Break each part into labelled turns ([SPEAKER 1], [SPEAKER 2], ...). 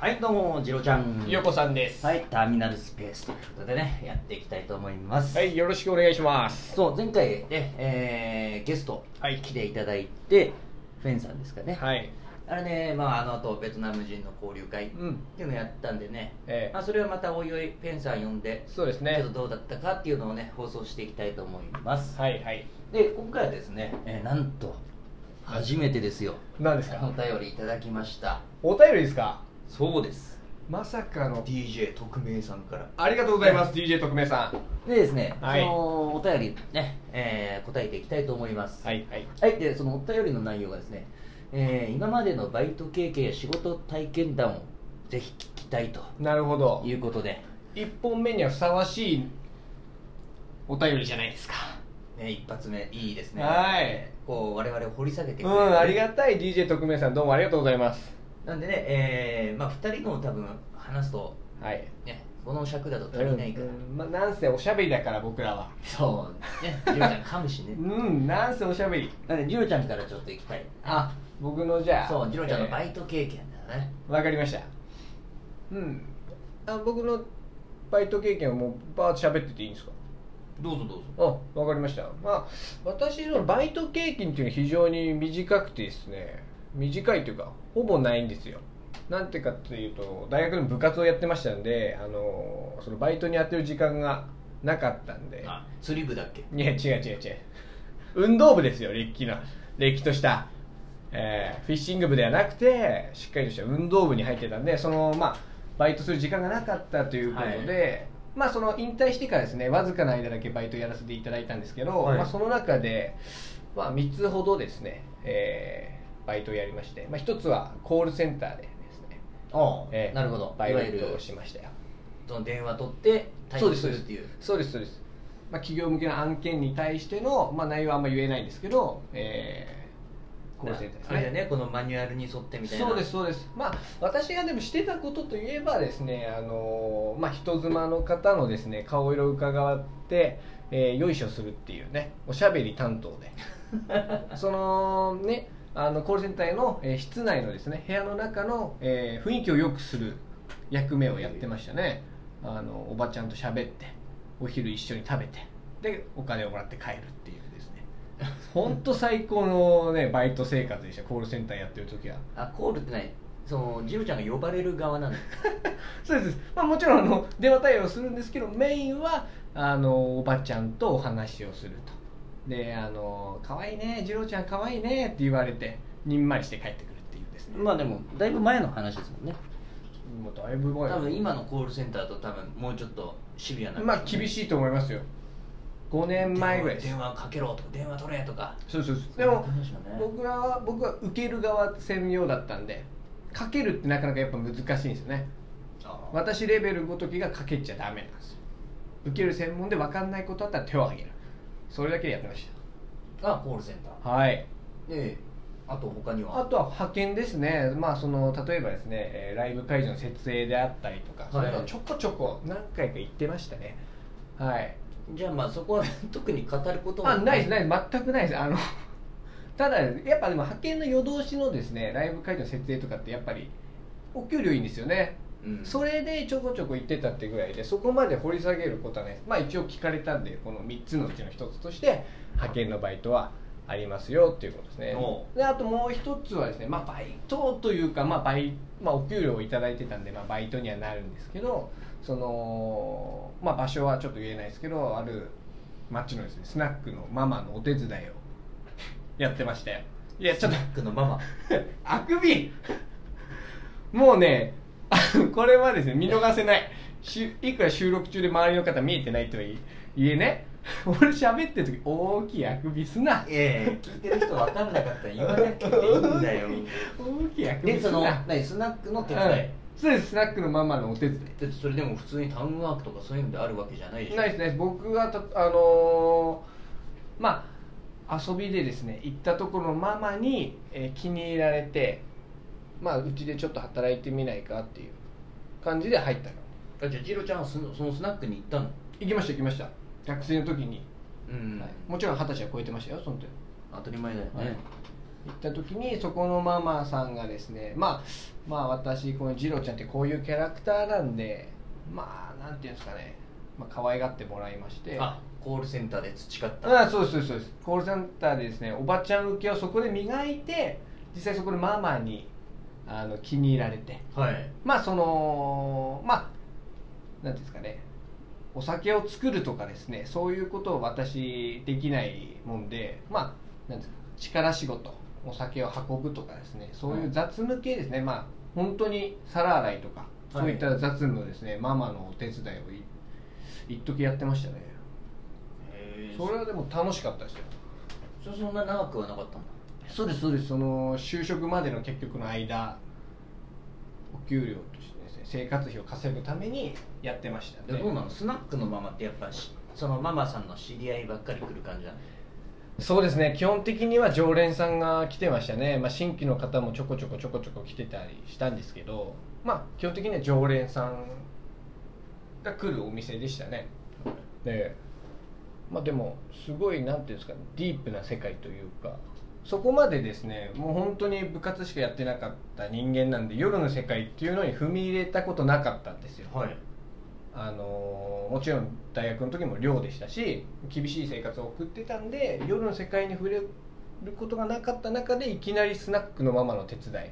[SPEAKER 1] はいどうもジロちゃん
[SPEAKER 2] よこさんです。
[SPEAKER 1] はいターミナルスペースということでねやっていきたいと思います、
[SPEAKER 2] はい、よろしくお願いします。
[SPEAKER 1] そう前回ね、えーゲスト
[SPEAKER 2] はい
[SPEAKER 1] 来ていただいてフェンさんですかね、
[SPEAKER 2] はい。
[SPEAKER 1] あれねまああの後ベトナム人の交流会っ
[SPEAKER 2] うん。
[SPEAKER 1] ていうのをやったんでね、
[SPEAKER 2] ええ
[SPEAKER 1] まあ、それはまたおいおいフェンさん呼んで
[SPEAKER 2] そうです
[SPEAKER 1] ち
[SPEAKER 2] ね
[SPEAKER 1] ょっ。とどうだったかっていうのをね放送していきたいと思います、
[SPEAKER 2] はいはい。
[SPEAKER 1] で今回はですね、えーなんと初めてですよ
[SPEAKER 2] 何です
[SPEAKER 1] お
[SPEAKER 2] か
[SPEAKER 1] 便りいただきました
[SPEAKER 2] お便りですか
[SPEAKER 1] そうです
[SPEAKER 2] まさかの。
[SPEAKER 1] DJ 特命さんから
[SPEAKER 2] ありがとうございます、DJ 特命さん。
[SPEAKER 1] でですね、
[SPEAKER 2] はい
[SPEAKER 1] そのお便りね、えー答えていきたいと思います。
[SPEAKER 2] はいはい。
[SPEAKER 1] はい、でそのお便りの内容がですね、えー今までのバイト経験や仕事体験談をぜひ聞きたいと
[SPEAKER 2] なるほど。
[SPEAKER 1] いうことで、
[SPEAKER 2] 一本目にはふさわしいお便りじゃないですか。
[SPEAKER 1] ね、一発目いいですね。
[SPEAKER 2] はい
[SPEAKER 1] こう我々を掘り下げて
[SPEAKER 2] う
[SPEAKER 1] くれる、
[SPEAKER 2] ん、ありがたい DJ 特命さん、どうもありがとうございます。
[SPEAKER 1] なんでね、えーまあ二人の多分話すと
[SPEAKER 2] はい。
[SPEAKER 1] ね、この尺だと足りないから。
[SPEAKER 2] うんまあ、なんせおしゃべりだから、僕らは。
[SPEAKER 1] そうね、ジロちゃん噛むし
[SPEAKER 2] う
[SPEAKER 1] ね。
[SPEAKER 2] ん、なんせおしゃべり。
[SPEAKER 1] なんでジロちゃんからちょっと行きたい。
[SPEAKER 2] あ、僕のじゃあ。
[SPEAKER 1] そう、ジロちゃんのバ
[SPEAKER 2] え
[SPEAKER 1] イト経験だよね。
[SPEAKER 2] ーわかりました。うん。あ僕のバイト経験をもうバーッと喋ってていいんですか
[SPEAKER 1] どうぞどうぞ。
[SPEAKER 2] あわかりましたまあ私のバイト経験っていうのは非常に短くてですね短いというかほぼないんですよなんてかっていうと大学の部活をやってましたんであのそのバイトに当てる時間がなかったんで
[SPEAKER 1] あ、釣り部だっけ。
[SPEAKER 2] いや違う違う違う運動部ですよれっきのれっきとした、えーフィッシング部ではなくてしっかりとした運動部に入ってたんでそのまあバイトする時間がなかったということで、まあその引退してからですねわずかな間だけバイトやらせていただいたんですけど、
[SPEAKER 1] はい
[SPEAKER 2] まあ、その中で、まあ、3つほどですね、えーバイトをやりまして、まあ、1つはコールセンターでですね、
[SPEAKER 1] ああ、
[SPEAKER 2] えー
[SPEAKER 1] なるほど
[SPEAKER 2] バ
[SPEAKER 1] い
[SPEAKER 2] イ
[SPEAKER 1] わゆる
[SPEAKER 2] トをしましたよ
[SPEAKER 1] その電話取って対
[SPEAKER 2] そう
[SPEAKER 1] 応
[SPEAKER 2] です
[SPEAKER 1] す
[SPEAKER 2] そう
[SPEAKER 1] る
[SPEAKER 2] で
[SPEAKER 1] っ
[SPEAKER 2] す
[SPEAKER 1] ていう
[SPEAKER 2] そうですそうです、まあ、企業向けの案件に対しての、まあ、内容はあんま言えないんですけど、えー、コールセンターです
[SPEAKER 1] あれだよねこのマニュアルに沿ってみたいな
[SPEAKER 2] そうですそうですまあ私がでもしてたことといえばですねあのーまあ人妻の方のですね顔色を伺って、えー、よいしょするっていうねおしゃべり担 当でそのねあのコールセンターへの、えー室内のですね部屋の中の、えー雰囲気を良くする役目をやってましたねあのおばちゃんと喋ってお昼一緒に食べてでお金をもらって帰るっていうで すね本当最高のねバイト生活でしたコールセンターやってる時は
[SPEAKER 1] あコールってないそのジロちゃんが呼ばれる側なんだ
[SPEAKER 2] そうです、まあ、もちろんあの電話対応するんですけどメインはあのおばちゃんとお話をするとであの「可愛いね次郎ちゃん可愛いね」って言われてにんまりして帰ってくるっていうですね、
[SPEAKER 1] まあでもだいぶ前の話ですもんね
[SPEAKER 2] もうだいぶ前
[SPEAKER 1] 多分今のコールセンターと多分もうちょっとシビアな、
[SPEAKER 2] まあ厳しいと思いますよ5年前ぐらいです
[SPEAKER 1] 電話かけろとか電話取れとか
[SPEAKER 2] そうそうそうでも
[SPEAKER 1] そういう話だね
[SPEAKER 2] 僕らは僕は受ける側専用だったんでかけるってなかなかやっぱ難しいんですよね
[SPEAKER 1] ああ
[SPEAKER 2] 私レベルごときがかけちゃダメなんですよ受ける専門で分かんないことあったら手を挙げるそれだけでやってまし
[SPEAKER 1] がコールセンタ
[SPEAKER 2] たはい
[SPEAKER 1] ーであと他には
[SPEAKER 2] あとは派遣ですね、まあ、その例えばですねえーライブ会場の設営であったりとか、
[SPEAKER 1] い
[SPEAKER 2] そういうのちょこちょこ何回か行ってましたねはい
[SPEAKER 1] じゃあまあそこは特に語ることは
[SPEAKER 2] あないですないです全くないですあの ただやっぱでも派遣の夜通しのですねライブ会場の設営とかってやっぱりお給料いいんですよね
[SPEAKER 1] うん、
[SPEAKER 2] それでちょこちょこ行ってたってぐらいでそこまで掘り下げることはね、まあ、一応聞かれたんでこの3つのうちの1つとして派遣のバイトはありますよっていうことですね
[SPEAKER 1] お
[SPEAKER 2] であともう1つはですね、まあ、バイトというか、まあバイまあ、お給料をいただいてたんで、まあ、バイトにはなるんですけどその、まあ、場所はちょっと言えないですけどある町のですねスナックのママのお手伝いをやってましたよいやちょっと
[SPEAKER 1] ックのママ
[SPEAKER 2] あくびもうねあのこれはですね見逃せないしいくら収録中で周りの方見えてないとはいえね俺喋ってる時大きいあくびすない
[SPEAKER 1] やいや聞いてる人分かんなかったら言わなくていいんだよ
[SPEAKER 2] 大きいあくび
[SPEAKER 1] ですその
[SPEAKER 2] な
[SPEAKER 1] 何スナックの手伝い、
[SPEAKER 2] うんそうですスナックのママのお手伝い
[SPEAKER 1] だってそれでも普通にタウンワークとかそういうのであるわけじゃないでしょ
[SPEAKER 2] ないですね僕がたあのーまあ遊びでですね行ったところのママに、えー気に入られてまあうちでちょっと働いてみないかっていう感じで入ったの
[SPEAKER 1] あじゃあジロちゃんはそのそのスナックに行ったの
[SPEAKER 2] 行きました行きました学生の時に、
[SPEAKER 1] うん、
[SPEAKER 2] もちろん二十歳は超えてましたよその時
[SPEAKER 1] 当たり前だよね、
[SPEAKER 2] はい行った時にそこのママさんがですねまあまあ私このジローちゃんってこういうキャラクターなんでまあなんていうんですかねまあ可愛がってもらいまして
[SPEAKER 1] あコールセンターで培った
[SPEAKER 2] あそうですそうですそうですコールセンターでですねおばちゃん受けをそこで磨いて実際そこでママにあの気に入られて
[SPEAKER 1] はい
[SPEAKER 2] まあそのまあなんていうんですかねお酒を作るとかですねそういうことを私できないもんでまあなんていうんですか力仕事お酒を運ぶとかですねそういう雑務系ですね、まあ本当に皿洗いとかそういった雑務をですね、ママのお手伝いをい一時やってましたね
[SPEAKER 1] へえ
[SPEAKER 2] それはでも楽しかったですよ
[SPEAKER 1] そそんな長くはなかったんだ
[SPEAKER 2] そうですそうですその就職までの結局の間お給料としてですね生活費を稼ぐためにやってました
[SPEAKER 1] で
[SPEAKER 2] ね
[SPEAKER 1] どうなのスナックのママってやっぱしそのママさんの知り合いばっかり来る感じなの
[SPEAKER 2] そうですね基本的には常連さんが来てましたね、まあ、新規の方もちょこちょこちょこちょこ来てたりしたんですけどまあ基本的には常連さんが来るお店でしたねでまあでもすごいなんていうんですかねディープな世界というかそこまでですねもう本当に部活しかやってなかった人間なんで夜の世界っていうのに踏み入れたことなかったんですよ
[SPEAKER 1] はい
[SPEAKER 2] あのーもちろん大学の時も寮でしたし厳しい生活を送ってたんで夜の世界に触れることがなかった中でいきなりスナックのママの手伝い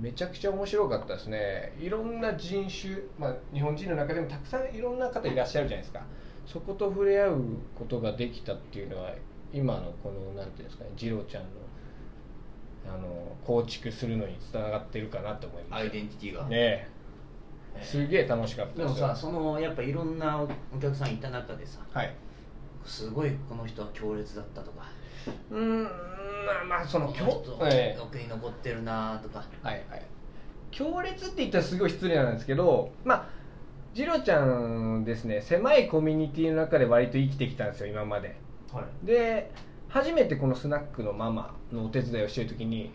[SPEAKER 2] めちゃくちゃ面白かったですねいろんな人種、まあ、日本人の中でもたくさんいろんな方いらっしゃるじゃないですかそこと触れ合うことができたっていうのは今のこのなんていうんですかね二郎ちゃんのあの構築するのにつながってるかなと思いま
[SPEAKER 1] ア
[SPEAKER 2] す
[SPEAKER 1] イデンティティが、
[SPEAKER 2] ね
[SPEAKER 1] え
[SPEAKER 2] え
[SPEAKER 1] え
[SPEAKER 2] すげえ楽しかった
[SPEAKER 1] で
[SPEAKER 2] です
[SPEAKER 1] も
[SPEAKER 2] よ
[SPEAKER 1] さそのやっぱいろんなおお客さんいた中でさ
[SPEAKER 2] はい
[SPEAKER 1] すごいこの人は強烈だったとか
[SPEAKER 2] うーんまあまあその
[SPEAKER 1] この
[SPEAKER 2] 強
[SPEAKER 1] 人
[SPEAKER 2] ええ
[SPEAKER 1] 奥に残ってるなとか
[SPEAKER 2] はいはい強烈って言ったらすごい失礼なんですけどまあジロちゃんですね狭いコミュニティの中で割と生きてきたんですよ今まで
[SPEAKER 1] はい
[SPEAKER 2] で初めてこのスナックのママのお手伝いをしてる時に、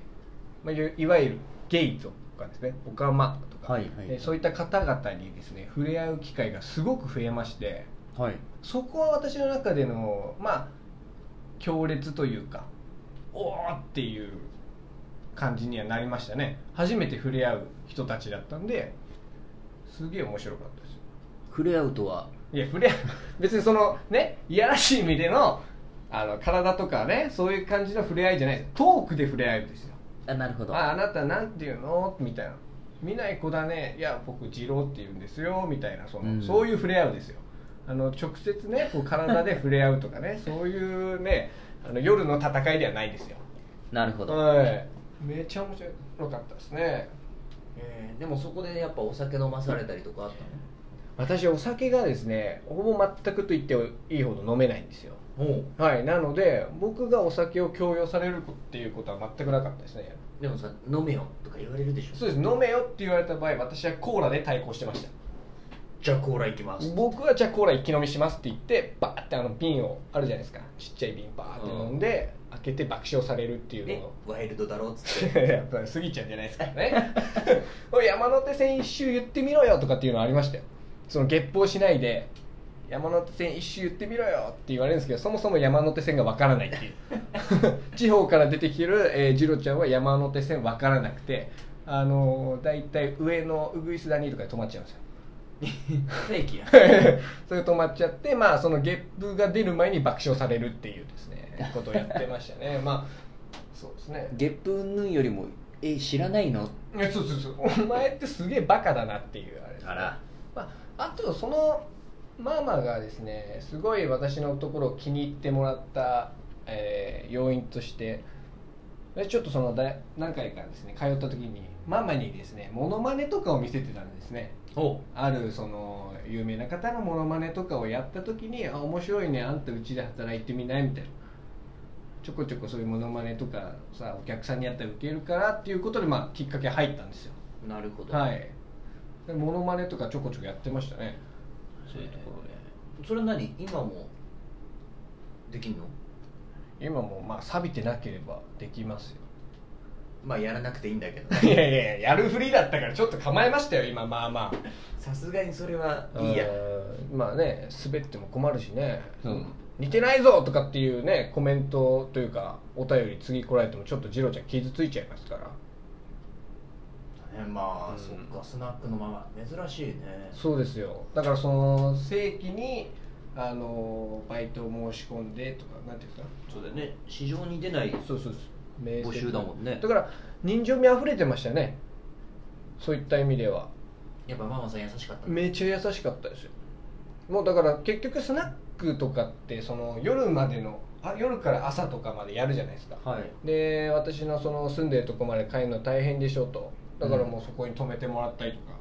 [SPEAKER 2] まあ、いわいわゆるゲイとかですねオカマとか、
[SPEAKER 1] はい
[SPEAKER 2] えーそういった方々にですね触れ合う機会がすごく増えまして
[SPEAKER 1] はい
[SPEAKER 2] そこは私の中でのまあ強烈というかおおっていう感じにはなりましたね初めて触れ合う人たちだったんですげえ面白かったですよ
[SPEAKER 1] 触れ合うとはい
[SPEAKER 2] や触れ合う 別にそのねいやらしい意味でのあの体とかねそういう感じの触れ合いじゃないですトークで触れ合うんですよ
[SPEAKER 1] あなるほど
[SPEAKER 2] ああなたなんていうのみたいな見ない子だねいや僕二郎って言うんですよみたいなその、
[SPEAKER 1] うん
[SPEAKER 2] そういう触れ合うですよあの直接ねこう体で触れ合うとか ねそういうねあの夜の戦いではないですよ
[SPEAKER 1] なるほど、
[SPEAKER 2] はいめちゃ面白かったですね
[SPEAKER 1] えーでもそこでやっぱお酒飲まされたりとかあっ
[SPEAKER 2] 私お酒がですねほぼ全くと言っていいほど飲めないんですよ
[SPEAKER 1] たのおう
[SPEAKER 2] はいなので僕がお酒を強要されるっていうことは全くなかったですね
[SPEAKER 1] でもさ飲めよとか言われるでしょ
[SPEAKER 2] そうです飲めよって言われた場合私はコーラで対抗してました
[SPEAKER 1] じゃあコーラ行きます
[SPEAKER 2] 僕はじゃあコーラ一気飲みしますって言ってバーってあの瓶をあるじゃないですかちっちゃい瓶バーって飲んで、開けて爆笑されるっていう
[SPEAKER 1] ね
[SPEAKER 2] のを
[SPEAKER 1] ワイルドだろっつ って
[SPEAKER 2] やっぱり過ぎちゃうんじゃないですかね おい山手線一周言ってみろよとかっていうのありましたよその月報しないで山手線一周言ってみろよって言われるんですけどそもそも山手線がわからないっていう地方から出てきてる、えー、ジロちゃんは山手線わからなくてあのー、大体上のウグイス谷とかで止まっちゃうんですよ
[SPEAKER 1] 正規や
[SPEAKER 2] それ止まっちゃって、まあ、そのゲップが出る前に爆笑されるっていうですねことをやってましたねまあそうですね
[SPEAKER 1] ゲップ云々よりもえ知らないの
[SPEAKER 2] いやそうそうそうお前ってすげえバカだなっていうあれですね
[SPEAKER 1] から
[SPEAKER 2] まあ、あとそのママがですねすごい私のところを気に入ってもらった、えー要因としてでちょっとそのだ何回かですね通った時にママにですねモノマネとかを見せてたんですね
[SPEAKER 1] お
[SPEAKER 2] あるその有名な方のモノマネとかをやった時に「あ面白いねあんたうちで働いてみない?」みたいなちょこちょこそういうモノマネとかさお客さんにやったらウケるからっていうことで、まあ、きっかけ入ったんですよ
[SPEAKER 1] なるほど、
[SPEAKER 2] はいでモノマネとかちょこちょこやってましたね
[SPEAKER 1] そういうところでそれは何今もできんの
[SPEAKER 2] 今もまあ錆びてなければできますよ
[SPEAKER 1] まあやらなくていいんだけど
[SPEAKER 2] いや
[SPEAKER 1] ね
[SPEAKER 2] いやいややるふりだったからちょっと構えましたよ今まあま
[SPEAKER 1] さすがにそれは
[SPEAKER 2] あ
[SPEAKER 1] いいや
[SPEAKER 2] うんまあね滑っても困るしね、
[SPEAKER 1] うん
[SPEAKER 2] 似てないぞとかっていうねコメントというかお便り次来られてもちょっとジロちゃん傷ついちゃいますから
[SPEAKER 1] ねまあ、
[SPEAKER 2] うん
[SPEAKER 1] そっかスナックのママ珍しいね
[SPEAKER 2] そうですよだからその正規にあのバイトを申し込んでとかなんていうんですか
[SPEAKER 1] そうだよね市場に出ない
[SPEAKER 2] そうそうそう
[SPEAKER 1] 募集だもんね
[SPEAKER 2] だから人情味あふれてましたねそういった意味では
[SPEAKER 1] やっぱママさん優しかったね
[SPEAKER 2] めちゃ優しかったですよもうだから結局スナックとかってその夜までのあ夜から朝とかまでやるじゃないですか
[SPEAKER 1] はい
[SPEAKER 2] で私のその住んでるとこまで帰るの大変でしょうとだからもうそこに泊めてもらったりとか、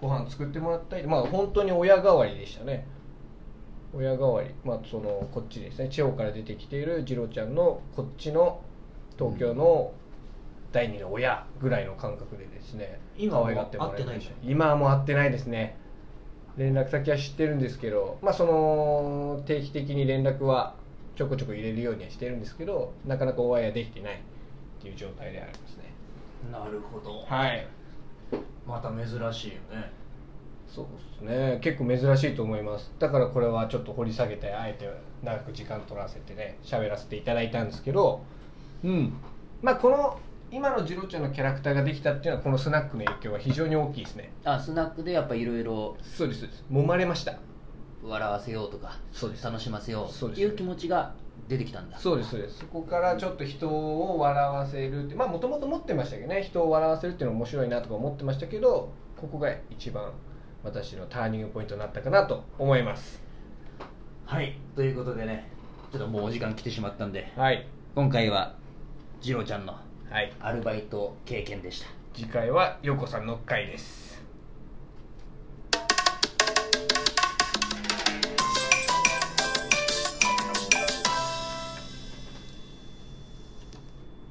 [SPEAKER 2] ご飯作ってもらったりまあ本当に親代わりでしたね親代わりまあそのこっちですね地方から出てきている次郎ちゃんのこっちの東京の第二の親ぐらいの感覚でですね
[SPEAKER 1] 今は
[SPEAKER 2] 可愛がってもらいま
[SPEAKER 1] 会ってない
[SPEAKER 2] し
[SPEAKER 1] じ
[SPEAKER 2] た今はもう会ってないですね連絡先は知ってるんですけどまあその定期的に連絡はちょこちょこ入れるようにはしてるんですけどなかなかお会いはできてないっていう状態でありますね
[SPEAKER 1] なるほど
[SPEAKER 2] はい
[SPEAKER 1] また珍しいよね
[SPEAKER 2] そうですね結構珍しいと思いますだからこれはちょっと掘り下げてあえて長く時間取らせてね喋らせていただいたんですけどうんまあこの今の次郎ちゃんのキャラクターができたっていうのはこのスナックの影響は非常に大きいですね
[SPEAKER 1] あスナックでやっぱいろいろ
[SPEAKER 2] そうですそうです揉まれました
[SPEAKER 1] 笑わせようとか
[SPEAKER 2] そうで
[SPEAKER 1] 楽しませよう
[SPEAKER 2] そう
[SPEAKER 1] っ
[SPEAKER 2] で
[SPEAKER 1] て
[SPEAKER 2] す
[SPEAKER 1] いう気持ちが出てきたんだ
[SPEAKER 2] そうですそうですそこからちょっと人を笑わせるってまあもともと持ってましたけどね人を笑わせるっていうの面白いなとか思ってましたけどここが一番私のターニングポイントになったかなと思います
[SPEAKER 1] はいということでねちょっともうお時間来てしまったんで
[SPEAKER 2] はい
[SPEAKER 1] 今回は次郎ちゃんの
[SPEAKER 2] はい
[SPEAKER 1] アルバイト経験でした
[SPEAKER 2] 次回は陽子さんの回です